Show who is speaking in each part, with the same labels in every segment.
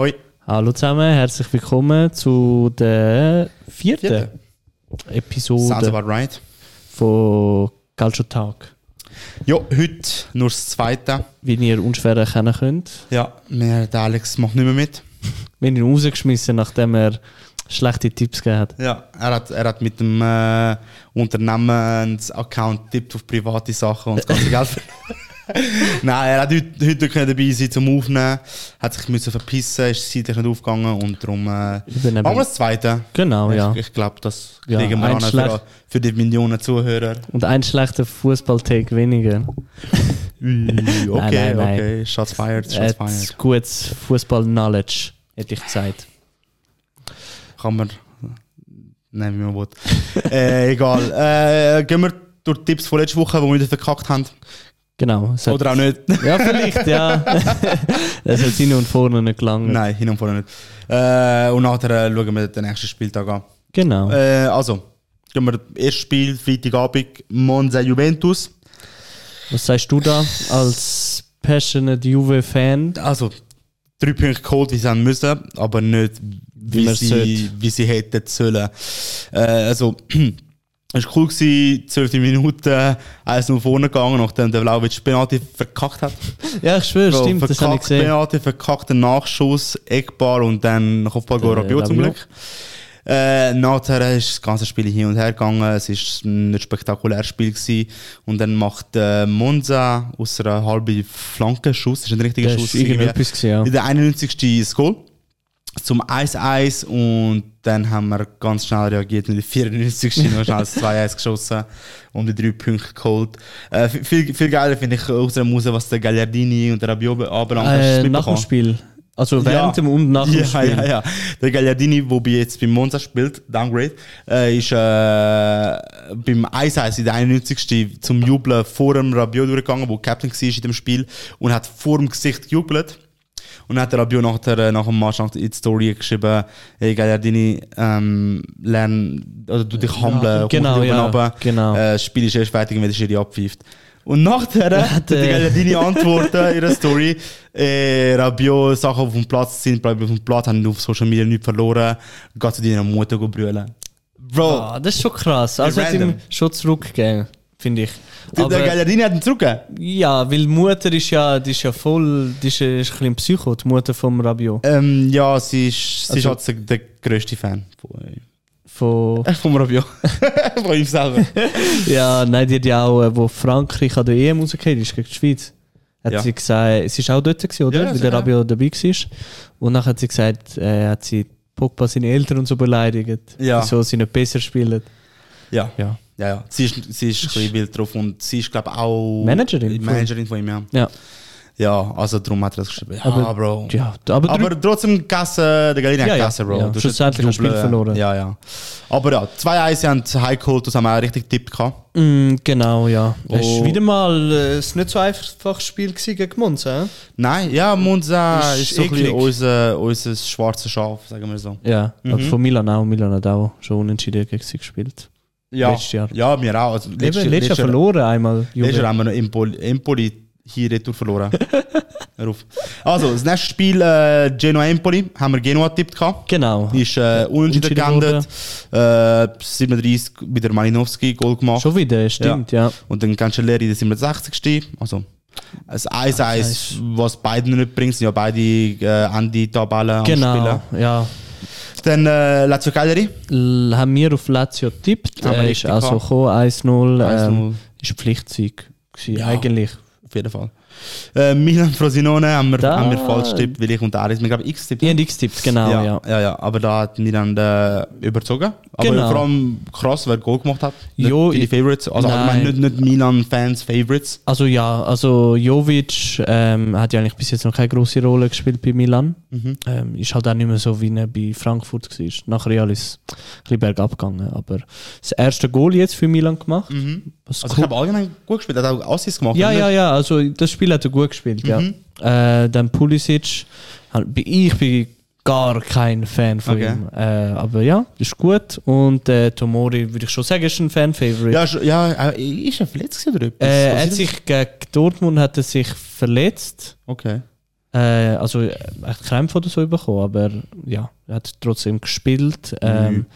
Speaker 1: Hoi.
Speaker 2: Hallo zusammen, herzlich willkommen zu der vierten
Speaker 1: Vierte. Sounds
Speaker 2: Episode
Speaker 1: about right.
Speaker 2: von Culture Talk.
Speaker 1: Jo, heute nur das zweite.
Speaker 2: Wie ihr unschwer erkennen könnt.
Speaker 1: Ja, mir, der Alex macht nicht mehr mit.
Speaker 2: Wir haben ihn rausgeschmissen, nachdem er schlechte Tipps gegeben hat.
Speaker 1: Ja, er hat, er hat mit dem äh, Unternehmensaccount tippt auf private Sachen und das ganze Geld verloren. Nein, er hat heute, heute nicht dabei sein zum Aufnehmen. Hat sich müssen verpissen, ist zeitlich nicht aufgegangen und darum äh,
Speaker 2: Übernehmen.
Speaker 1: machen wir das zweite.
Speaker 2: Genau, ja.
Speaker 1: Ich, ich glaube, das
Speaker 2: Ja,
Speaker 1: kriegen wir
Speaker 2: ein
Speaker 1: an für,
Speaker 2: schlecht-
Speaker 1: für die Millionen Zuhörer.
Speaker 2: Und ein schlechter Fußballtag weniger.
Speaker 1: Ui, okay,
Speaker 2: nein, nein.
Speaker 1: okay. Shots fired,
Speaker 2: Äh,
Speaker 1: shots fired.
Speaker 2: gutes Fußball-Knowledge, hätte ich gesagt.
Speaker 1: kann man nehmen, wie man will. äh, egal. Äh, gehen wir durch die Tipps von letzter Woche, die wir verkackt haben.
Speaker 2: Genau. es hat-
Speaker 1: Oder auch nicht.
Speaker 2: Ja, vielleicht, ja. Es hat hinten und vorne nicht gelangt.
Speaker 1: Nein, hin und vorne nicht. Äh, und nachher äh, schauen wir den nächsten Spieltag an.
Speaker 2: Genau.
Speaker 1: Äh, also, gehen wir erstes Spiel, Freitagabend, Monza Juventus.
Speaker 2: Was sagst du da als passionate Juve-Fan?
Speaker 1: Also, drei Punkte geholt, wie sie haben müssen, aber nicht, wie,
Speaker 2: man
Speaker 1: sie,
Speaker 2: sollte.
Speaker 1: wie sie hätten sollen. Äh, also, es war cool, gewesen, 12 Minuten, 1-0 vorne gegangen, nachdem der Vlaovic Penalty verkackt hat.
Speaker 2: Ja, ich schwöre,
Speaker 1: Bro,
Speaker 2: stimmt, das habe ich
Speaker 1: verkackt
Speaker 2: gesehen.
Speaker 1: Penalty, verkackter Nachschuss, Eckball und dann Kopfball
Speaker 2: Der
Speaker 1: äh, Rabiot zum
Speaker 2: Rabiot.
Speaker 1: Glück. Äh, nachher ist das ganze Spiel hin und her gegangen. Es ist ein nicht spektakuläres Spiel gewesen. Und dann macht äh, Monza aus einer halben Flankenschuss, das ist ein richtiger
Speaker 2: Das
Speaker 1: Schuss.
Speaker 2: ist irgendetwas gewesen, ja.
Speaker 1: In der 91. das Goal zum 1-1 und dann haben wir ganz schnell reagiert und in der 94. noch schnell das 2-1 geschossen und die drei Punkte geholt. Äh, viel, viel geiler finde ich aus dem Haus, was der Gagliardini und der Rabiot anbelangt. Hast du das
Speaker 2: Äh, nach dem
Speaker 1: mitbekommen?
Speaker 2: Spiel. Also
Speaker 1: Ja.
Speaker 2: während dem und nach dem
Speaker 1: ja,
Speaker 2: Spiel.
Speaker 1: Ja, ja. Der Gagliardini, der bei- jetzt bei Monza spielt, Downgrade, äh, ist äh, beim 1-1 in der 91. zum Jubeln vor dem Rabiot durchgegangen, wo Captain war in dem Spiel und hat vor dem Gesicht gejubelt. Und dann hat der Rabiot nach, der, nach dem Match nach in die Story geschrieben, hey Gagliardini, ähm, lern, oder du dich humblen, komm
Speaker 2: genau,
Speaker 1: oben
Speaker 2: ja,
Speaker 1: runter.
Speaker 2: genau.
Speaker 1: Äh, das Spiel ist erst fertig, wenn der Schiri abpfeift. Und nachher hat
Speaker 2: Hat,
Speaker 1: die
Speaker 2: äh,
Speaker 1: deine Antworten in der Story. Äh, Rabiot, Sachen, die auf dem Platz sind, bleiben auf dem Platz, haben auf Social Media nichts verloren. Geh zu deiner Mutter go brüllen. Bro,
Speaker 2: Ah, das ist schon krass. Also hat
Speaker 1: Random.
Speaker 2: ihm schon zurückgegeben, finde ich.
Speaker 1: die- der
Speaker 2: Aber,
Speaker 1: Gagliardini hat ihn zurückgegeben.
Speaker 2: ja, weil die Mutter ist ja, die ist ja voll, die ist, ist ein bisschen Psycho, die Mutter vom Rabiot.
Speaker 1: Ähm, ja, sie ist, sie
Speaker 2: Also-
Speaker 1: ist halt der grösste Fan von,
Speaker 2: Von,
Speaker 1: äh, vom Rabiot. von ihm selber.
Speaker 2: ja, nein, die hat ja auch, äh, wo Frankreich an der EM rausgekommen ist, gegen die Schweiz, hat
Speaker 1: Ja.
Speaker 2: sie gesagt, es war auch dort, gewesen, oder?
Speaker 1: Ja, ja,
Speaker 2: Weil der
Speaker 1: ja.
Speaker 2: Rabiot dabei war. Und dann hat sie gesagt, äh, hat sie Pogba seine Eltern und so beleidigt,
Speaker 1: Ja.
Speaker 2: wieso sie nicht besser spielen.
Speaker 1: Ja.
Speaker 2: Ja.
Speaker 1: Ja, ja. Sie ist, sie ist ein bisschen wild drauf und sie ist, glaube ich, auch
Speaker 2: Managerin von-
Speaker 1: Managerin von ihm, ja.
Speaker 2: Ja,
Speaker 1: Ja, also darum hat er das geschrieben. Ja,
Speaker 2: Aber-
Speaker 1: Bro.
Speaker 2: ja aber, drei-
Speaker 1: Aber trotzdem Kasse, der Galina
Speaker 2: Ja,
Speaker 1: hat
Speaker 2: ja,
Speaker 1: Kasse, Bro.
Speaker 2: ja.
Speaker 1: Das ist
Speaker 2: Schlussendlich hast du
Speaker 1: Double,
Speaker 2: Spiel verloren.
Speaker 1: Ja, ja. Aber ja, 2-1 haben sie heimgeholt, das haben wir auch richtig tippt. gehabt.
Speaker 2: Mm, genau, ja. Es
Speaker 1: Oh.
Speaker 2: war wieder mal äh, ein nicht so einfaches Spiel gewesen gegen Monza.
Speaker 1: Nein, ja, Monza ist,
Speaker 2: Ist
Speaker 1: so ein bisschen
Speaker 2: eklig.
Speaker 1: unser, unser schwarzes Schaf, sagen wir so.
Speaker 2: Ja, aber von Milan auch. Milan hat auch schon unentschieden gegen sie gespielt.
Speaker 1: Ja,
Speaker 2: Letztes Jahr.
Speaker 1: ja wir auch. Also,
Speaker 2: Letztes, Eben, letztes Jahr verloren einmal. Juve.
Speaker 1: Letztes Jahr haben wir noch Empoli, Empoli hier retour verloren. Hör auf. Also, das nächste Spiel, äh, Genoa-Empoli, haben wir Genoa tippt. gehabt.
Speaker 2: Genau.
Speaker 1: Ist äh, unentschieden
Speaker 2: Unentschieden
Speaker 1: geendet. Äh, 37 bei der Malinowski, Goal gemacht.
Speaker 2: Schon wieder, stimmt, ja.
Speaker 1: Und dann Cancelleri, das sind wir 60. Also, das 1-1, was beiden nicht bringt, sind ja beide äh, an die Tabelle am
Speaker 2: Genau,
Speaker 1: Spielen.
Speaker 2: ja.
Speaker 1: Dann äh, Lazio Cagliari.
Speaker 2: L haben wir auf Lazio getippt.
Speaker 1: Haben wir
Speaker 2: Er ist
Speaker 1: richtig
Speaker 2: also
Speaker 1: gehabt.
Speaker 2: gekommen, 1-0.
Speaker 1: 1-0.
Speaker 2: Ähm, ist Pflichtsieg gewesen,
Speaker 1: Ja.
Speaker 2: eigentlich.
Speaker 1: Auf jeden Fall. Äh, Milan Frosinone haben wir,
Speaker 2: Da-
Speaker 1: haben wir falsch getippt, weil ich und der Aris, wir glaube X tippt.
Speaker 2: Die haben x tippt genau, ja.
Speaker 1: ja. ja, aber da hat Milan äh, überzogen. Aber
Speaker 2: Genau.
Speaker 1: vor allem krass, wer Goal gemacht hat. Nicht
Speaker 2: Jo,
Speaker 1: die
Speaker 2: ich-
Speaker 1: Favorites. Also
Speaker 2: Nein.
Speaker 1: allgemein nicht, nicht Milan-Fans Favorites.
Speaker 2: Also ja, also Jovic ähm, hat ja eigentlich bis jetzt noch keine große Rolle gespielt bei Milan.
Speaker 1: Mhm.
Speaker 2: Ähm, ist halt auch nicht mehr so, wie er bei Frankfurt war. Nach Real ist es ein bisschen bergab gegangen. Aber das erste Goal jetzt für Milan gemacht. Was
Speaker 1: Also
Speaker 2: cool-
Speaker 1: ich habe allgemein gut gespielt, hat auch Mhm. Assis gemacht.
Speaker 2: Mhm. ja,
Speaker 1: oder?
Speaker 2: ja, ja, also das Spiel hat er gut gespielt, ja. Äh, dann Pulisic, hab- bin- ich bin gar kein Fan von
Speaker 1: Okay.
Speaker 2: ihm. Äh, aber ja, ist gut. Und äh, Tomori, würde ich schon sagen, ist ein Fan-Favorite.
Speaker 1: Ja, schon- ja, äh, ist er verletzt gewesen oder etwas?
Speaker 2: Äh,
Speaker 1: Was
Speaker 2: er hat
Speaker 1: ist
Speaker 2: sich gegen Dortmund hat er sich verletzt.
Speaker 1: Okay.
Speaker 2: Äh, also äh, echt Krämpfe oder so bekommen, aber ja, er hat trotzdem
Speaker 1: Mhm.
Speaker 2: gespielt. Ähm,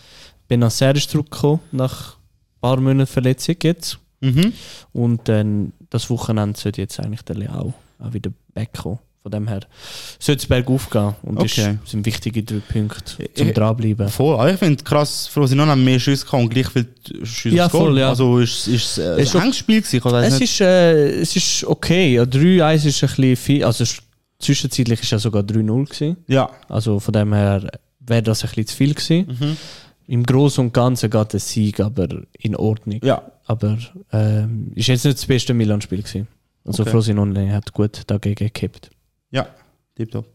Speaker 2: Benacer ist zurückgekommen nach ein paar Monaten Verletzung jetzt.
Speaker 1: Mhm.
Speaker 2: Und dann das Wochenende sollte jetzt eigentlich der Leao auch wieder wegkommen. Von dem her sollte es bergauf gehen. Und
Speaker 1: Okay.
Speaker 2: das sind wichtige drei Punkte
Speaker 1: Ich-
Speaker 2: zum Dranbleiben.
Speaker 1: Voll. Aber ich finde krass, Frosinone haben mehr Schüsse gehabt und gleich viel Schüsse
Speaker 2: Ja, voll,
Speaker 1: gescored.
Speaker 2: ja.
Speaker 1: Also ist ist, äh,
Speaker 2: Ist
Speaker 1: ein enges Spiel gewesen. Ich weiß
Speaker 2: Es
Speaker 1: nicht.
Speaker 2: ist, äh, es ist okay. Ja, 3-1 ist ein bisschen viel. Also es- zwischenzeitlich war ja sogar 3-0. gewesen.
Speaker 1: Ja.
Speaker 2: Also von dem her wäre das ein bisschen zu viel gewesen.
Speaker 1: Mhm.
Speaker 2: Im Großen und Ganzen geht der Sieg aber in Ordnung.
Speaker 1: Ja.
Speaker 2: Aber ähm, ist jetzt nicht das beste Milan-Spiel gewesen. Also
Speaker 1: Okay.
Speaker 2: Frosinone hat gut dagegen gekippt.
Speaker 1: Tipptopp.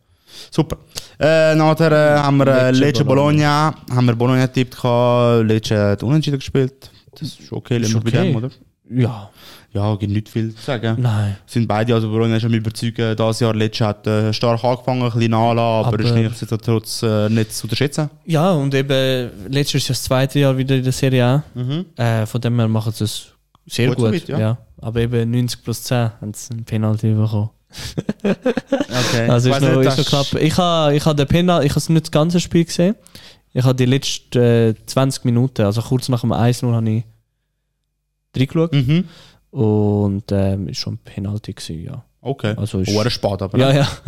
Speaker 1: Super. Äh, nachher äh, haben wir äh,
Speaker 2: Lecce,
Speaker 1: Lecce Bologna, haben wir Bologna getippt, gehabt. Lecce hat unentschieden gespielt. Das ist okay,
Speaker 2: Ist
Speaker 1: lassen wir bei
Speaker 2: okay.
Speaker 1: dem, oder?
Speaker 2: Ja,
Speaker 1: Ja, gibt nicht viel zu sagen.
Speaker 2: nein.
Speaker 1: Sind beide, also Bologna ist am überzeugen, dieses Jahr Lecce hat äh, stark angefangen, ein bisschen anlassen, aber,
Speaker 2: Aber-
Speaker 1: ist nichtsdestotrotz äh, nicht zu unterschätzen.
Speaker 2: Ja, und eben letztes Jahr das zweite Jahr wieder in der Serie A.
Speaker 1: Mhm.
Speaker 2: Äh, von dem her machen sie es sehr
Speaker 1: Gut
Speaker 2: gut.
Speaker 1: soweit, ja.
Speaker 2: ja. Aber eben 90 plus 10 haben sie einen Penalty bekommen.
Speaker 1: Okay.
Speaker 2: Also
Speaker 1: Ich
Speaker 2: ist
Speaker 1: weiss
Speaker 2: noch,
Speaker 1: nicht,
Speaker 2: ist noch
Speaker 1: das-
Speaker 2: knapp. Ich habe ich ha den Penal, ich habe nicht das ganze Spiel gesehen. Ich habe die letzten äh, 20 Minuten, also kurz nach dem 1-0 habe ich reingeschaut.
Speaker 1: Mhm.
Speaker 2: Und ähm, ist schon ein Penalty gewesen, ja.
Speaker 1: Okay.
Speaker 2: Also ist,
Speaker 1: Oh, er spät, aber
Speaker 2: ja, Hm, ja.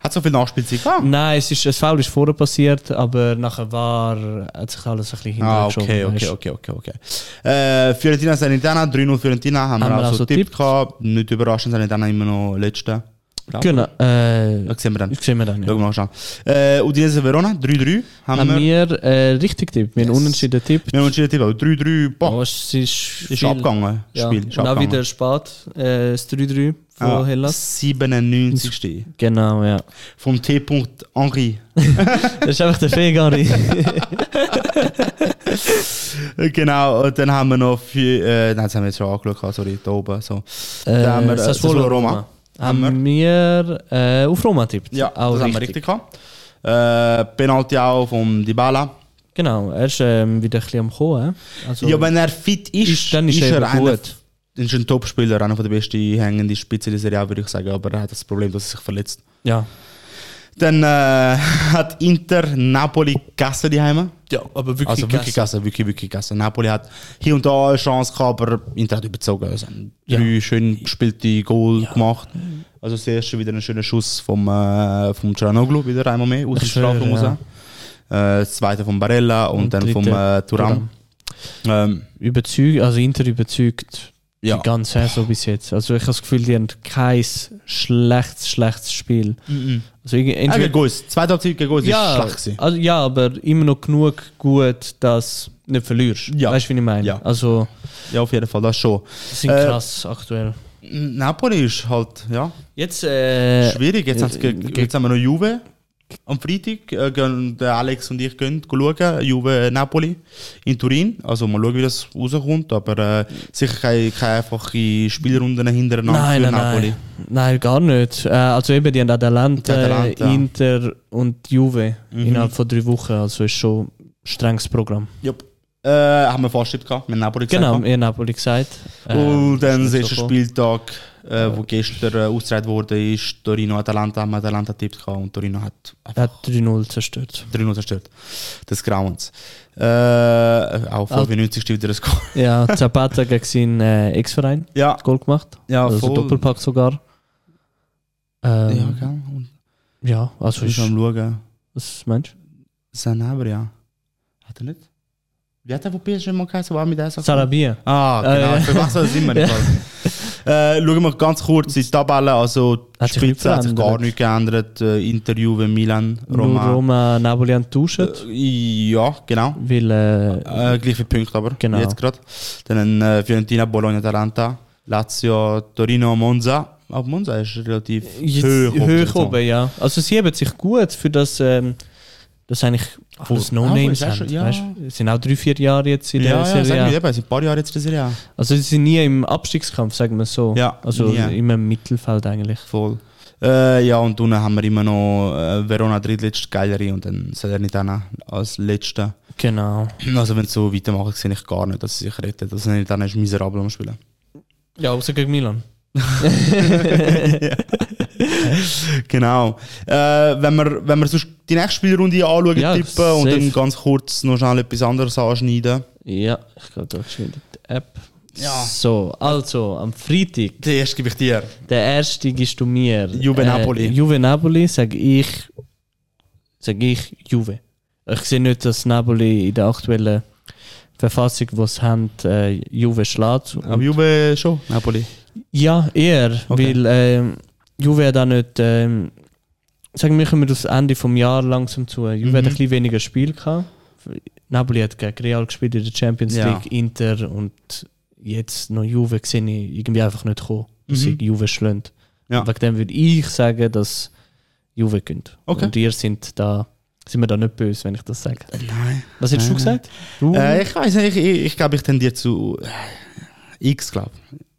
Speaker 1: hat so viel Nachspielzeit gehabt.
Speaker 2: Nein, es ist, das Foul ist vorher passiert, aber nachher war, hat sich alles ein bisschen
Speaker 1: Ah,
Speaker 2: hintergeschoben.
Speaker 1: okay,
Speaker 2: weisst
Speaker 1: okay,
Speaker 2: du.
Speaker 1: okay, okay, okay. Äh, Fiorentina Sanitana, 3-0 Fiorentina haben, wir also, tippt gehabt. Nicht überraschend, Sanitana immer noch letzte. Bravo.
Speaker 2: Genau, äh,
Speaker 1: Das sehen wir dann.
Speaker 2: das sehen wir dann. Ja.
Speaker 1: Schauen wir mal schnell. Äh, Udinese Verona, 3-3 haben,
Speaker 2: Haben
Speaker 1: wir. Wir
Speaker 2: wir äh, richtig Tipp, wir haben
Speaker 1: Yes.
Speaker 2: unentschieden Tipp.
Speaker 1: haben entschieden, Tipp, aber 3-3, boah,
Speaker 2: Oh, es ist,
Speaker 1: ist
Speaker 2: viel-
Speaker 1: abgegangen. Das
Speaker 2: Ja.
Speaker 1: Spiel
Speaker 2: und
Speaker 1: ist
Speaker 2: auch
Speaker 1: abgegangen.
Speaker 2: wieder spät, äh, das 3-3 von
Speaker 1: Ah,
Speaker 2: Hellas.
Speaker 1: 97.
Speaker 2: Genau, ja.
Speaker 1: Vom T. Henri.
Speaker 2: Das ist einfach der Fegari.
Speaker 1: Äh, Genau, und dann haben wir noch für, äh, nein, das haben wir jetzt schon angeschaut, sorry, da oben. So. Da haben wir, äh, Sassuolo Roma.
Speaker 2: Haben wir äh, auf Roma tippt.
Speaker 1: Ja, das haben wir richtig gehabt. Äh, Penalty auch vom Dybala.
Speaker 2: Genau, er ist ähm, wieder ein bisschen am Kommen. eh? Also,
Speaker 1: Ja, wenn er fit ist,
Speaker 2: Ist- dann ist er eben
Speaker 1: einer-
Speaker 2: gut.
Speaker 1: Ist ein Topspieler, einer der besten hängenden Spitze der Serie, A, würde ich sagen, aber er hat das Problem, dass er sich verletzt.
Speaker 2: ja.
Speaker 1: Dann äh, hat Inter Napoli Gasse die Heime.
Speaker 2: ja, aber wirklich.
Speaker 1: Also wirklich Gasse, wirklich, wirklich Gasse. Napoli hat hier und da eine Chance gehabt, aber Inter hat überzogen. Es haben
Speaker 2: Ja.
Speaker 1: drei schön gespielte Goal gemacht. Also das erste wieder ein schöner Schuss vom, äh, vom Cianoglu, wieder einmal mehr, aus dem
Speaker 2: Ich schwöre,
Speaker 1: Strafraum raus. Äh, das zweite von Barella und,
Speaker 2: Und
Speaker 1: dann vom äh,
Speaker 2: dritte
Speaker 1: Turam. Ähm,
Speaker 2: Überzeugt, also Inter überzeugt
Speaker 1: Ja.
Speaker 2: die ganze Saison bis jetzt. Also ich habe das Gefühl, die haben kein schlechtes, schlechtes Spiel. Also irgendwie-
Speaker 1: Mhm. Ah,
Speaker 2: entweder
Speaker 1: gegen Gois. Zweite Halbzeit gegen Gois ist schlecht gewesen.
Speaker 2: Also, ja, aber immer noch genug gut, dass du nicht verlierst.
Speaker 1: Ja.
Speaker 2: Weißt du, wie ich meine?
Speaker 1: Ja.
Speaker 2: Also,
Speaker 1: Ja, auf jeden Fall, das schon.
Speaker 2: das sind
Speaker 1: Äh,
Speaker 2: krass aktuell.
Speaker 1: Napoli ist halt, ja,
Speaker 2: Jetzt, äh,
Speaker 1: schwierig. Jetzt, haben sie ge-
Speaker 2: äh,
Speaker 1: jetzt haben wir noch Juve. Am Freitag äh, gehen der Alex und ich gehen schauen, Juve-Napoli in Turin. Also mal schauen, wie das rauskommt. Aber äh, sicher keine, keine einfache Spielrunden hintereinander
Speaker 2: nein,
Speaker 1: für
Speaker 2: nein,
Speaker 1: Napoli.
Speaker 2: nein, nein, gar nicht. Äh, also eben, die haben Atalanta,
Speaker 1: Die Atalanta. Mhm.
Speaker 2: Inter und Juve innerhalb von drei Wochen. Also ist schon ein strenges Programm.
Speaker 1: Jupp. Äh, haben wir fast nicht gehabt, mit Napoli gesagt.
Speaker 2: Genau, äh,
Speaker 1: haben.
Speaker 2: ihr habt Napoli gesagt. Ähm,
Speaker 1: Und dann
Speaker 2: ist
Speaker 1: ist der
Speaker 2: nicht so gekommen.
Speaker 1: Spieltag, äh, wo gestern äh, ausgetragen wurde, ist Torino-Atalanta, haben wir Atalanta tippt gehabt und Torino hat
Speaker 2: Er hat 3-0 zerstört.
Speaker 1: 3-0 zerstört. Des Grauens. Äh, auch 95. wieder ein Goal.
Speaker 2: Ja, Zapata gegen seinen äh, Ex-Verein
Speaker 1: Ja,
Speaker 2: hat Goal gemacht.
Speaker 1: ja,
Speaker 2: also
Speaker 1: Ah, voll.
Speaker 2: Doppelpack sogar.
Speaker 1: Ja,
Speaker 2: Ähm,
Speaker 1: gell. Und
Speaker 2: Ja, also
Speaker 1: ich
Speaker 2: ist,
Speaker 1: bin am Schauen.
Speaker 2: was meinst du?
Speaker 1: Sanabria. Hat er nicht? Wie hat er von PSG mal geheißen? War mit der Sache?
Speaker 2: Sarabia.
Speaker 1: Ah,
Speaker 2: Ah,
Speaker 1: genau.
Speaker 2: ja.
Speaker 1: Für was sind wir nicht? Äh, schauen wir ganz kurz in die Tabelle. Also, die
Speaker 2: Hat sich nicht
Speaker 1: Spitze hat sich gar
Speaker 2: verändert.
Speaker 1: nichts geändert. Äh, Interview mit Milan,
Speaker 2: Roma.
Speaker 1: Roma.
Speaker 2: Nur Roma Napoli enttäuscht,
Speaker 1: Äh, ja, genau.
Speaker 2: weil äh,
Speaker 1: Äh, gleich viele Punkte aber,
Speaker 2: Genau.
Speaker 1: jetzt gerade. Dann äh, Fiorentina, Bologna, Atalanta, Lazio, Torino, Monza. Auch Monza ist relativ
Speaker 2: jetzt hoch,
Speaker 1: hoch. oben der Saison.
Speaker 2: oben, ja. Also sie haben sich gut für das, ähm, das eigentlich alles
Speaker 1: Ah,
Speaker 2: No-Names
Speaker 1: ist auch
Speaker 2: haben.
Speaker 1: schon- ja.
Speaker 2: weißt du? Es sind auch drei, vier Jahre jetzt in der
Speaker 1: Ja, ja,
Speaker 2: Serie.
Speaker 1: sag
Speaker 2: A.
Speaker 1: mir eben, seit ein paar Jahren jetzt in der Serie. A.
Speaker 2: also sie sind nie im Abstiegskampf, sagen wir so.
Speaker 1: Ja,
Speaker 2: also
Speaker 1: nie.
Speaker 2: immer im Mittelfeld eigentlich.
Speaker 1: Voll. Äh, ja, und unten haben wir immer noch äh, Verona drittletzte Galerie und dann Salernitana als letzte.
Speaker 2: Genau.
Speaker 1: Also wenn sie so weitermachen, sehe ich gar nicht, dass sie sich retten. Das Salernitana ist miserabel am Spielen.
Speaker 2: Ja, außer gegen Milan.
Speaker 1: ja. Genau. Äh, wenn, wir, wenn wir sonst die nächste Spielrunde anschauen,
Speaker 2: Ja,
Speaker 1: tippen und
Speaker 2: safe.
Speaker 1: dann ganz kurz noch schnell etwas anderes anschneiden.
Speaker 2: Ja, ich gehe da schnell in die App.
Speaker 1: Ja.
Speaker 2: So, also am Freitag,
Speaker 1: Den ersten gebe ich dir.
Speaker 2: der erste gibst du mir.
Speaker 1: Juve Napoli.
Speaker 2: Äh, Juve Napoli, sage ich. Sage ich Juve. Ich sehe nicht, dass Napoli in der aktuellen Verfassung, die sie haben, äh, Juve schlägt.
Speaker 1: Aber Juve schon, Napoli.
Speaker 2: Ja, eher,
Speaker 1: Okay.
Speaker 2: weil ähm, Juve hat auch nicht, ähm, sagen wir, kommen wir das Ende vom Jahr langsam zu.
Speaker 1: Mhm.
Speaker 2: Juve hat ein bisschen weniger Spiel gehabt. Napoli hat gegen Real gespielt in der Champions
Speaker 1: Ja.
Speaker 2: League, Inter und jetzt noch Juve sehe ich irgendwie einfach nicht kommen, dass
Speaker 1: Mhm.
Speaker 2: sie Juve schlönt.
Speaker 1: Ja.
Speaker 2: Wegen dem würde ich sagen, dass Juve gönnt.
Speaker 1: Okay. Äh,
Speaker 2: Und ihr sind da, sind wir da nicht böse, wenn ich das sage.
Speaker 1: Nein.
Speaker 2: Was hättest du gesagt? Du,
Speaker 1: Äh, ich weiß nicht, ich, ich, ich glaube, ich tendiere zu äh, X, glaube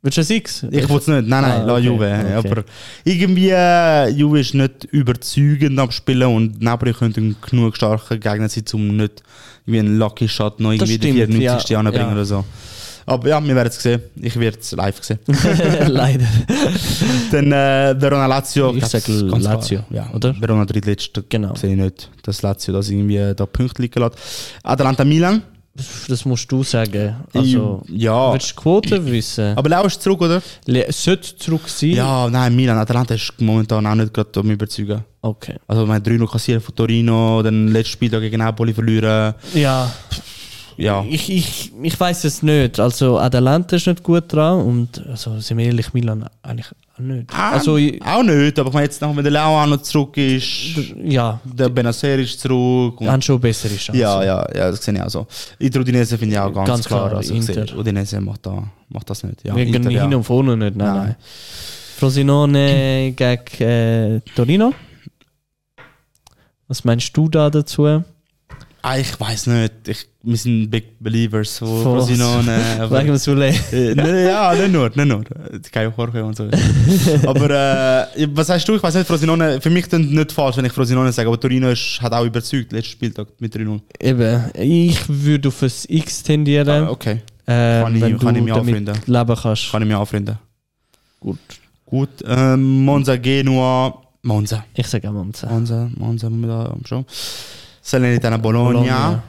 Speaker 2: willst du ein Six?
Speaker 1: ich. Ich wollte es nicht, nein, nein,
Speaker 2: Ah,
Speaker 1: la
Speaker 2: okay,
Speaker 1: Juve.
Speaker 2: okay.
Speaker 1: Aber irgendwie, äh, Juve ist nicht überzeugend am Spielen und Napoli könnte ein genug starker Gegner sein, um nicht wie ein Lucky Shot noch irgendwie die
Speaker 2: stimmt,
Speaker 1: 94.
Speaker 2: ja,
Speaker 1: anbringen
Speaker 2: ja.
Speaker 1: oder so. Aber ja, wir werden es sehen. Ich werde es live sehen.
Speaker 2: Leider.
Speaker 1: Dann äh, Verona Lazio.
Speaker 2: Ich
Speaker 1: glaub,
Speaker 2: sag
Speaker 1: das ist ganz
Speaker 2: Lazio,
Speaker 1: klar. Ja,
Speaker 2: oder?
Speaker 1: Verona drittletzte.
Speaker 2: Genau.
Speaker 1: Sehe ich nicht, dass Lazio das irgendwie äh, da Punkte liegen lässt. Atalanta Milan.
Speaker 2: Das musst du sagen. Also,
Speaker 1: ja.
Speaker 2: Willst du die Quote wissen?
Speaker 1: Aber Lau ist zurück, oder?
Speaker 2: Le sollte zurück sein?
Speaker 1: Ja, nein, Milan. Atalanta ist momentan auch nicht gerade um überzeugen.
Speaker 2: Okay.
Speaker 1: Also, wir haben 3 0 kassiert von Torino, dann letztes Spiel da gegen Napoli verlieren.
Speaker 2: Ja,
Speaker 1: Ja.
Speaker 2: ich, ich, ich weiß es nicht. Also Atalanta ist nicht gut dran und also, sind wir ehrlich, Milan eigentlich auch nicht.
Speaker 1: Ah,
Speaker 2: also ich-
Speaker 1: auch nicht, aber ich meine, jetzt, nachdem der Lau auch noch zurück ist,
Speaker 2: ja,
Speaker 1: der Benacer ist zurück. Und
Speaker 2: haben schon bessere Chancen.
Speaker 1: ja, ja, ja, das sehe ich auch so. Inter Udinese finde ich auch ganz,
Speaker 2: also. Ganz
Speaker 1: klar.
Speaker 2: klar,
Speaker 1: also, ich
Speaker 2: Inter.
Speaker 1: sehe, Udinese macht, da, macht das nicht. Ja,
Speaker 2: wir gehen
Speaker 1: Inter, ja.
Speaker 2: hin und vorne nicht. Nein,
Speaker 1: Nein.
Speaker 2: nein. Frosinone gegen äh, Torino. Was meinst du da dazu?
Speaker 1: Ah, ich weiß nicht. Ich, wir sind Big Believers von
Speaker 2: Von-
Speaker 1: Frosinone. aber-
Speaker 2: Wegen Sule.
Speaker 1: Äh, ne, ja, nicht nur, nicht nur. Die Kai Jorge und so. aber äh, was sagst du? Ich weiß nicht, Frosinone, für mich klingt nicht falsch, wenn ich Frosinone sage, aber Torino ist, hat auch überzeugt, letzten Spieltag mit 3-0.
Speaker 2: Eben, ich würde auf ein X tendieren.
Speaker 1: Ah, okay,
Speaker 2: Ähm,
Speaker 1: Kann ich-
Speaker 2: wenn
Speaker 1: kann
Speaker 2: du
Speaker 1: ich mich
Speaker 2: damit
Speaker 1: anfreunden.
Speaker 2: leben kannst.
Speaker 1: kann ich mich anfreunden.
Speaker 2: Gut.
Speaker 1: Gut, ähm, Monza, Genua, Monza.
Speaker 2: Ich sage auch Monza.
Speaker 1: Monza, Monza, Monza, schon. Salernitana, Bologna.
Speaker 2: Bologna.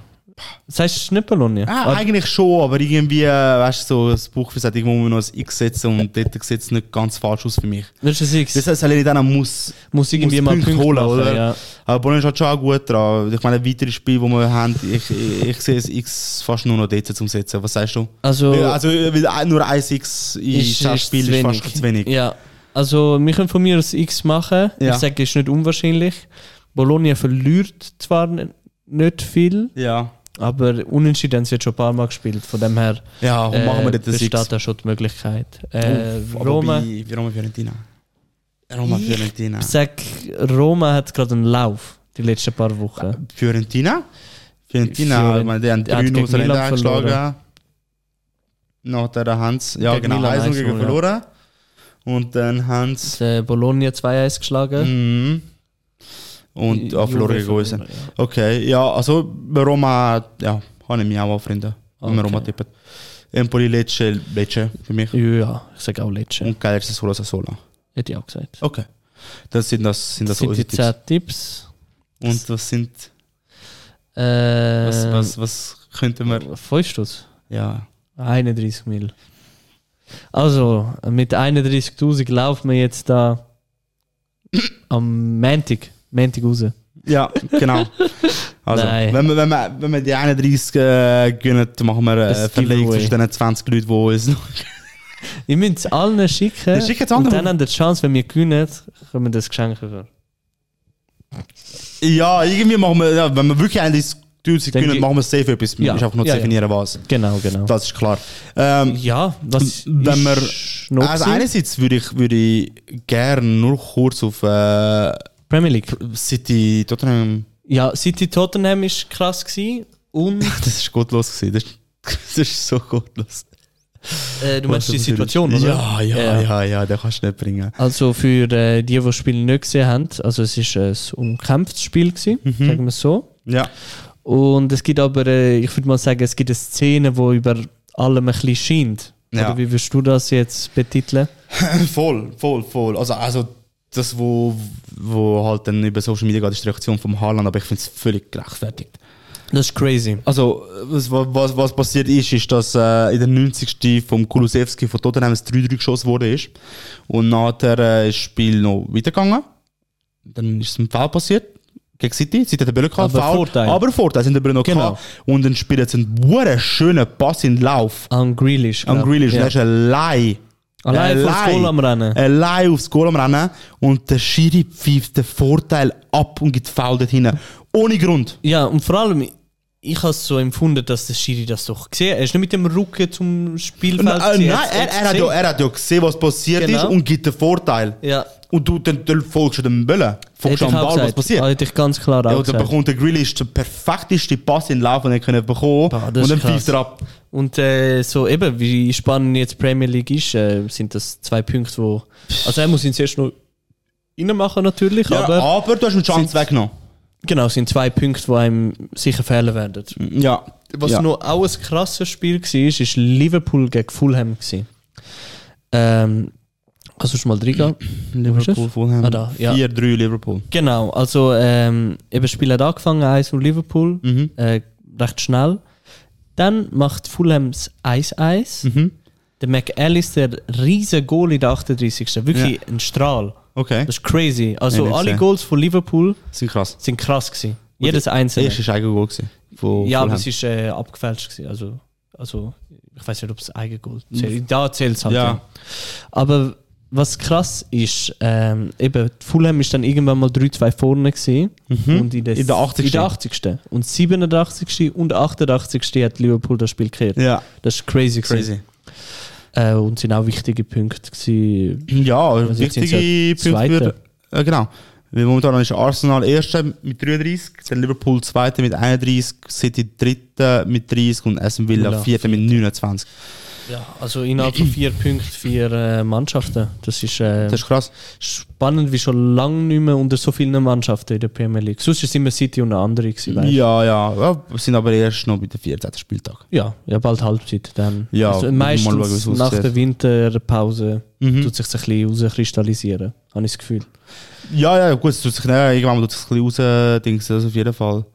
Speaker 2: Sagst du nicht Bologna?
Speaker 1: Ah, eigentlich schon, aber irgendwie, äh, weißt du, so, das Buchfest hat irgendwo noch ein X setzen und dort sieht es nicht ganz falsch aus für mich.
Speaker 2: willst du ein X?
Speaker 1: Das heißt, Salernitana muss
Speaker 2: muss irgendwie
Speaker 1: muss
Speaker 2: mal
Speaker 1: Punkte
Speaker 2: Punkte
Speaker 1: holen,
Speaker 2: machen,
Speaker 1: oder?
Speaker 2: Ja.
Speaker 1: Aber Bologna ist halt schon auch gut dran. Ich meine, weitere Spiele, die wir haben, ich, ich, ich sehe es X fast nur noch dort zum Setzen. Was sagst du?
Speaker 2: Also,
Speaker 1: Ja, also weil ein- nur ein X in
Speaker 2: ist,
Speaker 1: das
Speaker 2: ist
Speaker 1: Spiel
Speaker 2: zu
Speaker 1: ist
Speaker 2: wenig.
Speaker 1: fast zu wenig.
Speaker 2: Ja. Also, wir können von mir ein X machen.
Speaker 1: Ja.
Speaker 2: Ich sage, ist nicht unwahrscheinlich. Bologna verliert zwar n- nicht viel,
Speaker 1: Ja.
Speaker 2: aber unentschieden haben sie jetzt schon ein paar Mal gespielt. Von dem her
Speaker 1: Ja, und machen wir
Speaker 2: äh,
Speaker 1: dort ein X.
Speaker 2: besteht da schon die Möglichkeit. Äh,
Speaker 1: Uff, aber
Speaker 2: Roma,
Speaker 1: bei- bei Roma Fiorentina. Roma
Speaker 2: Ich-
Speaker 1: Fiorentina.
Speaker 2: ich sag, Roma hat gerade einen Lauf die letzten paar Wochen.
Speaker 1: Fiorentina? Fiorentina,
Speaker 2: Fiorent-
Speaker 1: ich meine, die haben
Speaker 2: die hat
Speaker 1: 3 0
Speaker 2: gegen Milan
Speaker 1: Salernitana
Speaker 2: verloren.
Speaker 1: geschlagen. Nach der Hans. Ja,
Speaker 2: Gegen
Speaker 1: genau.
Speaker 2: Milan
Speaker 1: 1 gegen
Speaker 2: 1-0, ja.
Speaker 1: verloren. Und dann Hans.
Speaker 2: Äh, Bologna 2-1 geschlagen.
Speaker 1: Mhm. Und auf
Speaker 2: Juve
Speaker 1: verloren gegen uns.
Speaker 2: verloren, ja.
Speaker 1: Okay, ja, also bei Roma, ja, habe ich mich auch anfreunden, wenn wir
Speaker 2: Ah, Okay.
Speaker 1: Roma tippen. Empoli Lecce, Lecce für mich.
Speaker 2: Ja, ich sage auch letzte.
Speaker 1: Und Geiler Sassuolo Sassuolo.
Speaker 2: Hätte ich auch gesagt.
Speaker 1: Okay. Das sind das, sind
Speaker 2: Das
Speaker 1: das,
Speaker 2: sind
Speaker 1: unsere
Speaker 2: die
Speaker 1: Tipps.
Speaker 2: 10 Tipps.
Speaker 1: Und was sind,
Speaker 2: Äh,
Speaker 1: was, was, was könnten wir,
Speaker 2: 5 Stutz.
Speaker 1: ja.
Speaker 2: 31 Mil. Also, mit 31.000 laufen wir jetzt da am Mantic. Mantic raus.
Speaker 1: Ja, genau. Also,
Speaker 2: Nein.
Speaker 1: wenn wir, wenn, wir, wenn wir die 31 äh, gönnen, dann machen wir äh,
Speaker 2: Ein
Speaker 1: Verleihung
Speaker 2: Giveaway.
Speaker 1: zwischen den 20 Leuten, die uns noch
Speaker 2: Ich müsst es allen schicken.
Speaker 1: Dann schickt's
Speaker 2: und
Speaker 1: anderen.
Speaker 2: dann haben wir die Chance, wenn wir gewinnen, können wir das Geschenk über.
Speaker 1: Ja, irgendwie machen wir, ja, wenn wir wirklich eine Diskussion
Speaker 2: Dann
Speaker 1: können,
Speaker 2: ge-
Speaker 1: machen wir safe etwas. Wir
Speaker 2: Ja,
Speaker 1: müssen einfach nur
Speaker 2: ja, ja.
Speaker 1: definieren, was.
Speaker 2: Genau, genau.
Speaker 1: Das ist klar. Ähm,
Speaker 2: ja, was
Speaker 1: M- wenn
Speaker 2: ist noch
Speaker 1: also
Speaker 2: gewesen?
Speaker 1: einerseits würde ich, würde ich gerne nur kurz auf äh,
Speaker 2: Premier League.
Speaker 1: City Tottenham.
Speaker 2: Ja, City Tottenham ist krass gewesen. Und
Speaker 1: Das ist gottlos gewesen. Das, das ist so gottlos.
Speaker 2: äh, du meinst die
Speaker 1: Das ist-
Speaker 2: Situation, oder?
Speaker 1: Ja, ja, ja, ja, ja, den kannst du nicht bringen.
Speaker 2: Also für äh, die, die das Spiel nicht gesehen haben, also es ist ein umkämpftes Spiel, gewesen,
Speaker 1: Mhm.
Speaker 2: sagen wir es so.
Speaker 1: Ja,
Speaker 2: Und es gibt aber, äh, ich würde mal sagen, es gibt eine Szene, die über allem ein bisschen scheint.
Speaker 1: Ja.
Speaker 2: Oder wie würdest du das jetzt betiteln?
Speaker 1: voll, voll, voll. Also, also das, wo, wo halt dann über Social Media geht, ist die Reaktion vom Haaland, aber ich finde es völlig gerechtfertigt.
Speaker 2: Das ist crazy.
Speaker 1: Also, was, was, was passiert ist, ist, dass äh, in der 90. vom Kulusewski von Tottenham ein 3-3 geschossen wurde. Ist. Und nachher äh, ist das Spiel noch weitergegangen. Dann ist ein Foul passiert gegen City. City hat den Böller gehabt,
Speaker 2: Aber
Speaker 1: Foul.
Speaker 2: Vorteil.
Speaker 1: Aber Vorteil sind den Böller noch
Speaker 2: Genau.
Speaker 1: gehabt. Und dann spielt jetzt einen wuhren schönen Pass in den Lauf
Speaker 2: Am Grealish.
Speaker 1: am
Speaker 2: glaub.
Speaker 1: Grealish.
Speaker 2: Ja.
Speaker 1: Der ist allein.
Speaker 2: Allein vor das Goal am Rennen.
Speaker 1: Allein aufs Goal am Rennen. Und der Schiri pfeift den Vorteil ab und gibt Foul dort hinten. Ohne Grund.
Speaker 2: Ja, und vor allem, ich habe es so empfunden, dass der Schiri das doch gesehen hat. Er ist nicht mit dem Rücken zum Spielfeld.
Speaker 1: Äh,
Speaker 2: gewesen,
Speaker 1: nein,
Speaker 2: hat's
Speaker 1: er, er, hat
Speaker 2: gesehen.
Speaker 1: ja, er hat ja gesehen, was passiert
Speaker 2: Genau.
Speaker 1: ist und gibt den Vorteil.
Speaker 2: Ja,
Speaker 1: Und du dann, dann folgst du dem Böllen. Folgst
Speaker 2: hätte ich
Speaker 1: du am
Speaker 2: auch
Speaker 1: Ball, was
Speaker 2: gesagt.
Speaker 1: passiert.
Speaker 2: Hätte ich ganz klar
Speaker 1: ja,
Speaker 2: auch
Speaker 1: und dann
Speaker 2: gesagt.
Speaker 1: bekommt der Grealish den perfekteste Pass in den Lauf, den er können bekommen
Speaker 2: Boah, Ah, das
Speaker 1: Und
Speaker 2: ist
Speaker 1: dann
Speaker 2: krass.
Speaker 1: pfeift er ab.
Speaker 2: Und äh, so eben, wie spannend jetzt die Premier League ist, äh, sind das zwei Punkte, wo... Also er muss ihn zuerst noch reinmachen natürlich,
Speaker 1: Ja, ah. aber,
Speaker 2: aber
Speaker 1: du hast eine Chance
Speaker 2: sind-
Speaker 1: weggenommen.
Speaker 2: genau, es sind zwei Punkte, die einem sicher fehlen werden.
Speaker 1: Ja.
Speaker 2: Was
Speaker 1: Mhm. ja.
Speaker 2: noch auch ein krasses Spiel war, ist, ist Liverpool gegen Fulham. Gewesen. Ähm, kannst du schon mal reingehen?
Speaker 1: Liverpool, Fulham.
Speaker 2: Ah, da, ja.
Speaker 1: 4-3 Liverpool.
Speaker 2: Genau, also ähm, eben das Spiel hat angefangen, 1 und Liverpool,
Speaker 1: Mhm.
Speaker 2: äh, recht schnell. Dann macht Fulham das 1-1.
Speaker 1: Mhm.
Speaker 2: Der McAllister, riesen Goal in der 38. Wirklich ein Strahl.
Speaker 1: Okay.
Speaker 2: Das ist crazy. Also
Speaker 1: Ja, nicht
Speaker 2: alle
Speaker 1: gesehen.
Speaker 2: Goals von Liverpool
Speaker 1: Das ist krass.
Speaker 2: sind krass gewesen. Jedes einzelne.
Speaker 1: Erste war Eigengoal. gewesen Von
Speaker 2: ja, aber
Speaker 1: Fulham.
Speaker 2: es ist äh, abgefälscht gewesen. Also, also ich weiß nicht, ob es Eigengoal zählt. Da zählt es halt.
Speaker 1: Hm. Ja.
Speaker 2: dann. Aber was krass ist, ähm, eben, die Fulham ist dann irgendwann mal 3-2 vorne gewesen. Und in,
Speaker 1: Mhm. In der 80..
Speaker 2: In der 80. Und 87. und 88. hat Liverpool das Spiel gekehrt.
Speaker 1: Ja,
Speaker 2: Das ist crazy. gewesen.
Speaker 1: crazy.
Speaker 2: Äh, und sind auch wichtige Punkte gewesen.
Speaker 1: Ja, also
Speaker 2: jetzt sind
Speaker 1: wichtige
Speaker 2: sie
Speaker 1: Punkte.
Speaker 2: Zweiter.
Speaker 1: Für, äh, genau. Weil momentan ist Arsenal Erster mit 33, dann Liverpool Zweiter mit 31, City Dritter mit 30 und Aston Villa
Speaker 2: Villa
Speaker 1: Vierter mit 29.
Speaker 2: Ja, also innerhalb von vier Punkten, vier äh, Mannschaften. Das ist, äh,
Speaker 1: Das ist krass.
Speaker 2: spannend, wie schon lange nicht mehr unter so vielen Mannschaften in der Premier League. Sonst war es immer City und eine andere. Gewesen, weißt?
Speaker 1: Ja, ja, ja. Wir sind aber erst noch bei der 14. Spieltag.
Speaker 2: Ja, ja, bald Halbzeit dann.
Speaker 1: Ja,
Speaker 2: also
Speaker 1: mal schauen, wie
Speaker 2: meistens
Speaker 1: es aussieht.
Speaker 2: nach der Winterpause
Speaker 1: Mhm.
Speaker 2: tut sich ein bisschen rauskristallisieren, habe ich das Gefühl.
Speaker 1: Ja, ja, gut, es tut sich, nein, irgendwann tut sich ein bisschen raus, Dings, das auf jeden Fall.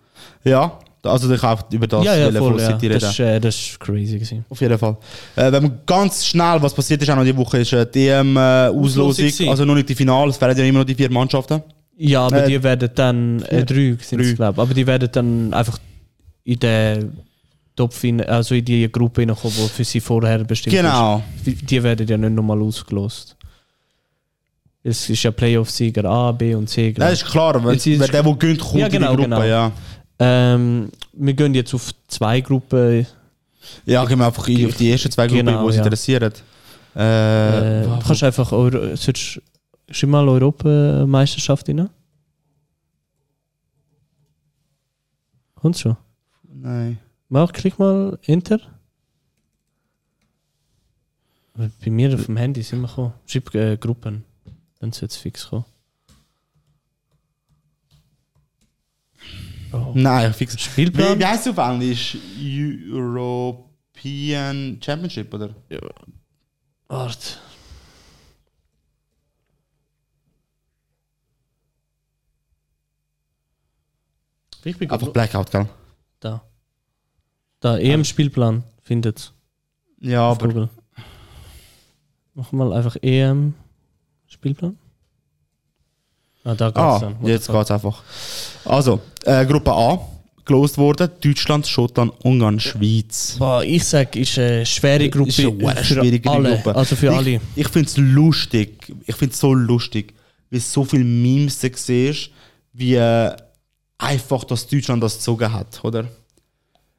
Speaker 1: Ja, also ich kann auch über das
Speaker 2: ja, ja,
Speaker 1: Spiel
Speaker 2: voll,
Speaker 1: von
Speaker 2: ja.
Speaker 1: City
Speaker 2: Das
Speaker 1: reden.
Speaker 2: ist, äh, das ist crazy gewesen.
Speaker 1: Auf jeden Fall. Äh, wenn man ganz schnell, was passiert ist auch noch diese Woche, ist äh, die EM-Auslosung,
Speaker 2: Auslosung gewesen.
Speaker 1: also noch nicht die Finale, es werden ja immer noch die vier Mannschaften.
Speaker 2: Ja, aber
Speaker 1: Äh,
Speaker 2: die werden dann, äh, drei sind
Speaker 1: Drei.
Speaker 2: es glaube ich, aber die werden dann einfach in der Topf, hinein- also in die Gruppe hineinkommen, die für sie vorher bestimmt ist.
Speaker 1: Genau.
Speaker 2: die werden ja nicht nochmal ausgelost. Es ist ja Playoff-Sieger A, B und C. glaub
Speaker 1: Das ist klar, wenn,
Speaker 2: Jetzt ist-
Speaker 1: wenn der, der gönnt, kommt
Speaker 2: Ja, genau,
Speaker 1: in die Gruppe.
Speaker 2: genau.
Speaker 1: Ja,
Speaker 2: Ähm, wir gehen jetzt auf zwei Gruppen. Äh,
Speaker 1: ja gehen wir einfach ein auf die ersten zwei Gruppen,
Speaker 2: Genau,
Speaker 1: die uns
Speaker 2: ja.
Speaker 1: interessieren.
Speaker 2: Äh,
Speaker 1: Äh,
Speaker 2: du kannst einfach Euro sollst, schon mal Europameisterschaft rein? Kommt schon.
Speaker 1: nein.
Speaker 2: Mach, klick mal Enter. Bei mir auf dem Handy sind wir gekommen. Schreib äh, Gruppen. Dann sollte es fix kommen. Oh.
Speaker 1: Nein, ich fix. Wie,
Speaker 2: Spielplan?
Speaker 1: wie heißt es auf Englisch? European Championship, oder?
Speaker 2: Warte. Ich bin
Speaker 1: Einfach
Speaker 2: gut.
Speaker 1: Blackout, gell?
Speaker 2: Da. Da, E EM-Spielplan findet
Speaker 1: Ja,
Speaker 2: auf
Speaker 1: aber.
Speaker 2: Google. Mach mal einfach EM-Spielplan. Ah, da geht's
Speaker 1: Ah,
Speaker 2: dann. What
Speaker 1: jetzt
Speaker 2: the fuck?
Speaker 1: geht's einfach. Also, äh, Gruppe A, gelost worden: Deutschland, Schottland, Ungarn, Schweiz.
Speaker 2: Boah, ich sag, ist eine schwere Gruppe
Speaker 1: Ist eine
Speaker 2: für
Speaker 1: verdammt schwierige
Speaker 2: alle.
Speaker 1: Gruppe.
Speaker 2: Also für
Speaker 1: ich,
Speaker 2: alle.
Speaker 1: Ich finde es lustig. Ich finde es so lustig, wie so viele Memes du siehst, wie äh, einfach das Deutschland das gezogen hat, oder?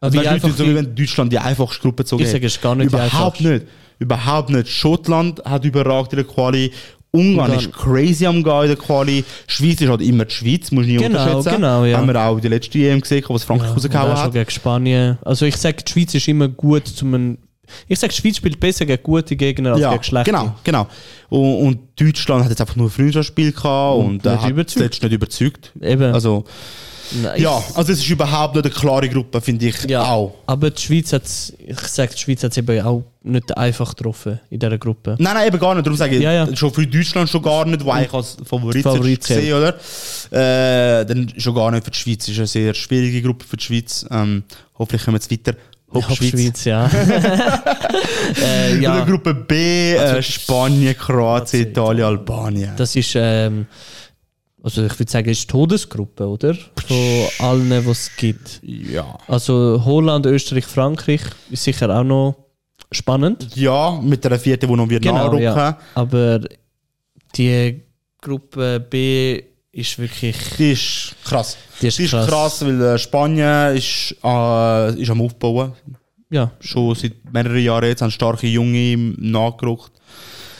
Speaker 2: Aber Also wie
Speaker 1: Weißt du, Also Leute,
Speaker 2: einfach,
Speaker 1: so wie wenn Deutschland die einfachste Gruppe gezogen
Speaker 2: Ich sag, ist gar nicht die
Speaker 1: Überhaupt
Speaker 2: einfachste.
Speaker 1: nicht. Überhaupt nicht. Schottland hat überragt in der Quali. Ungarn
Speaker 2: Ungarn.
Speaker 1: ist crazy am Gehen in der Quali. Schweiz ist halt immer die Schweiz, musst du nie
Speaker 2: Genau,
Speaker 1: unterschätzen.
Speaker 2: genau, ja.
Speaker 1: Haben wir auch die letzte EM E gesehen, was Frankreich
Speaker 2: Und
Speaker 1: rausgehauen
Speaker 2: auch schon
Speaker 1: hat.
Speaker 2: gegen Spanien. Also ich sage, die Schweiz ist immer gut zum einen- Ich sage, die Schweiz spielt besser gegen gute Gegner als
Speaker 1: Ja,
Speaker 2: Also gegen schlechte.
Speaker 1: genau, genau. Und, und Deutschland hat jetzt einfach nur ein Freundschaftsspiel gehabt und,
Speaker 2: nicht
Speaker 1: äh, hat
Speaker 2: überzeugt.
Speaker 1: zuletzt nicht überzeugt.
Speaker 2: Eben.
Speaker 1: Also,
Speaker 2: Nice.
Speaker 1: Ja, also es ist überhaupt nicht eine klare Gruppe, finde ich
Speaker 2: Ja,
Speaker 1: auch.
Speaker 2: aber die Schweiz hat ich sage, die Schweiz hat es eben auch nicht einfach getroffen in dieser Gruppe.
Speaker 1: Nein, nein, eben gar nicht. Darum sage ich,
Speaker 2: Ja, ja.
Speaker 1: schon für Deutschland schon gar nicht, wo eigentlich als Favorit,
Speaker 2: Favorit
Speaker 1: gesehen, oder? Äh, dann schon gar nicht für die Schweiz. ist eine sehr schwierige Gruppe für die Schweiz. Ähm, hoffentlich kommen wir jetzt weiter. Hopp, Schweiz.
Speaker 2: Schweiz, ja. äh,
Speaker 1: Oder
Speaker 2: ja. Also,
Speaker 1: Gruppe B, äh, Spanien, Kroatien,
Speaker 2: Kroatien,
Speaker 1: Italien, Albanien.
Speaker 2: Das ist, ähm, also ich würde sagen, ist die Todesgruppe, oder? Von allen, die es gibt.
Speaker 1: ja.
Speaker 2: Also Holland, Österreich, Frankreich ist sicher auch noch spannend.
Speaker 1: Ja, mit der vierten, die noch wir
Speaker 2: Genau,
Speaker 1: nachrücken.
Speaker 2: ja. Aber die Gruppe B ist wirklich.
Speaker 1: Die ist krass.
Speaker 2: Die ist
Speaker 1: Die ist
Speaker 2: krass.
Speaker 1: krass, weil äh, Spanien ist, äh, ist am Aufbauen.
Speaker 2: Ja,
Speaker 1: Schon seit mehreren Jahren jetzt haben starke Junge nachgerückt.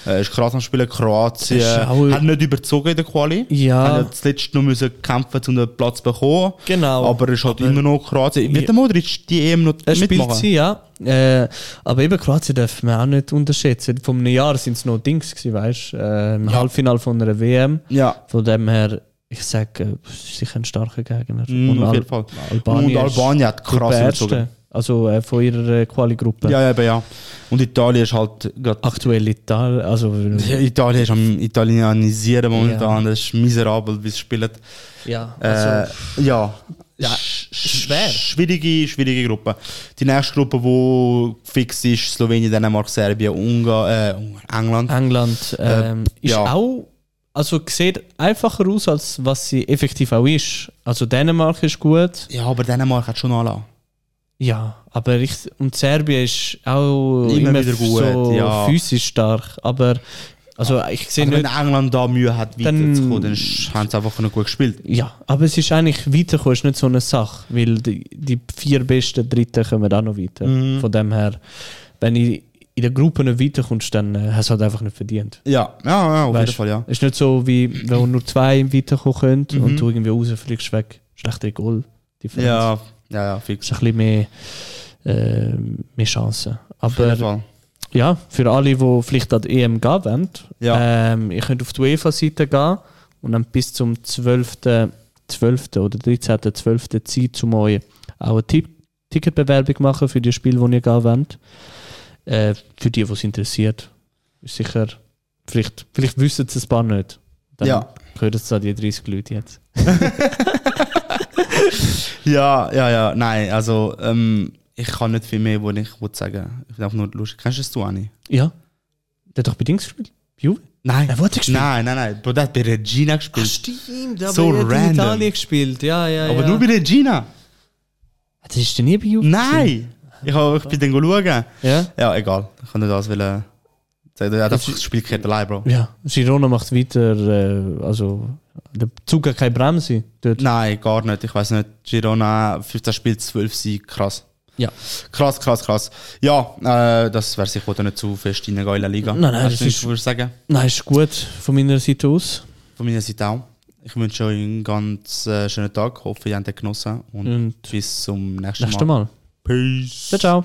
Speaker 1: Äh, ist krass am Spielen. Kroatien
Speaker 2: Das ist auch-
Speaker 1: hat nicht überzogen in der Quali.
Speaker 2: Ja.
Speaker 1: Haben ja zuletzt noch müssen kämpfen, um den Platz zu bekommen.
Speaker 2: genau.
Speaker 1: Aber es ist halt immer noch Kroatien. Wird
Speaker 2: Ja.
Speaker 1: der Modric die EM noch
Speaker 2: Er spielt
Speaker 1: mitmachen?
Speaker 2: sie, ja. Äh, aber eben Kroatien darf man auch nicht unterschätzen. Vor einem Jahr sind es noch Dings gewesen, weißt du? Äh, Im Halbfinale von einer WM.
Speaker 1: Ja.
Speaker 2: Von dem her, ich sage, äh, es ist sicher ein starker Gegner.
Speaker 1: Mm, auf jeden Fall.
Speaker 2: Albanien
Speaker 1: Und
Speaker 2: ist
Speaker 1: Albanien hat
Speaker 2: Gruppe
Speaker 1: krass überzogen.
Speaker 2: Erste. Also äh, von ihrer äh, Quali-Gruppe.
Speaker 1: Ja, eben, ja. Und Italien ist halt gerade.
Speaker 2: Aktuell Italien. Also,
Speaker 1: Ja, Italien ist am Italienisieren momentan. Das ist miserabel, wie sie spielen.
Speaker 2: ja,
Speaker 1: Äh,
Speaker 2: also,
Speaker 1: ja.
Speaker 2: Ja,
Speaker 1: Sch- sch-
Speaker 2: schwer.
Speaker 1: Schwierige, schwierige Gruppe. Die nächste Gruppe, die fix ist, Slowenien, Dänemark, Serbien, Ungarn, äh, Ungarn, England.
Speaker 2: England ähm, ist
Speaker 1: Äh, ja.
Speaker 2: auch. Also sieht einfacher aus, als was sie effektiv auch ist. Also Dänemark ist gut.
Speaker 1: Ja, aber Dänemark hat schon alle.
Speaker 2: Ja, aber ich, und Serbien ist auch
Speaker 1: Immer
Speaker 2: immer,
Speaker 1: wieder gut,
Speaker 2: so
Speaker 1: ja.
Speaker 2: physisch stark. Aber also ich sehe
Speaker 1: Also wenn
Speaker 2: nicht.
Speaker 1: England da Mühe hat, weiterzukommen, dann sch- haben sie einfach nicht gut gespielt.
Speaker 2: Ja, aber es ist eigentlich weiterkommen, ist nicht so eine Sache, weil die, die vier besten Dritten kommen auch noch weiter.
Speaker 1: Mhm.
Speaker 2: Von dem her, wenn ich in der Gruppe nicht weiterkommst, dann äh, hast du halt einfach nicht verdient.
Speaker 1: Ja, ja, ja auf
Speaker 2: Weißt,
Speaker 1: jeden Fall, ja. Mhm.
Speaker 2: Ist nicht so, wie wenn nur zwei weiterkommen können und du irgendwie rausfliegst weg. Schlechtere Goal.
Speaker 1: Ja, ja, ja,
Speaker 2: Ist
Speaker 1: fix.
Speaker 2: ein bisschen mehr, äh, mehr Chancen.
Speaker 1: Auf jeden
Speaker 2: Aber
Speaker 1: Fall.
Speaker 2: Ja, für alle, die vielleicht an die EM gehen wollen,
Speaker 1: Ja.
Speaker 2: ähm, ihr könnt auf die UEFA-Seite gehen und dann bis zum 12. 12. oder 13. 12. Zeit, um euch auch eine Ti- Ticketbewerbung machen für die Spiele, die ihr gehen wollt. Äh, für die, die es interessiert. Ist sicher, vielleicht, vielleicht wissen es ein paar nicht. Dann
Speaker 1: Ja.
Speaker 2: hören es an die 30 Leute jetzt.
Speaker 1: Ja, ja, ja, nein, also ähm, ich kann nicht viel mehr, wo ich wollte sagen. Ich bin einfach nur lustig. Kennst du das, du, Anni?
Speaker 2: Ja. Der hat doch bei Dings gespielt. Juve?
Speaker 1: Nein.
Speaker 2: Er wollte gespielt.
Speaker 1: Nein, nein, nein. Bro, der hat bei Regina gespielt.
Speaker 2: stimmt. Aber
Speaker 1: So er hat in random. Italien
Speaker 2: Italien gespielt. Ja, ja,
Speaker 1: Aber nur bei Regina?
Speaker 2: Ah, Das ist nie bei Juve.
Speaker 1: Nein! Ich, hab, ich bin dann schauen.
Speaker 2: Ja.
Speaker 1: Ja, egal. Ich kann nicht alles wollen. sagen. Er hat einfach das Spiel gehört allein, Bro.
Speaker 2: Ja, Girona macht weiter, äh, also der Zug hat keine Bremse dort.
Speaker 1: Nein, gar nicht. Ich weiß nicht. Girona, 15 Spiel, 12 Sieg. Krass.
Speaker 2: Ja.
Speaker 1: Krass, krass, krass. Ja, äh, das wäre sicher nicht zu fest reingehen in der Liga.
Speaker 2: Nein, nein,
Speaker 1: Hast
Speaker 2: das
Speaker 1: du nichts,
Speaker 2: ist-
Speaker 1: was würdest du sagen?
Speaker 2: Nein, ist gut von meiner Seite aus.
Speaker 1: Von meiner Seite auch. Ich wünsche euch einen ganz äh, schönen Tag. Hoffe, ihr habt ihn genossen. Und,
Speaker 2: Und
Speaker 1: bis zum nächsten
Speaker 2: nächstes
Speaker 1: Mal.
Speaker 2: Mal.
Speaker 1: Peace.
Speaker 2: Ciao, ciao.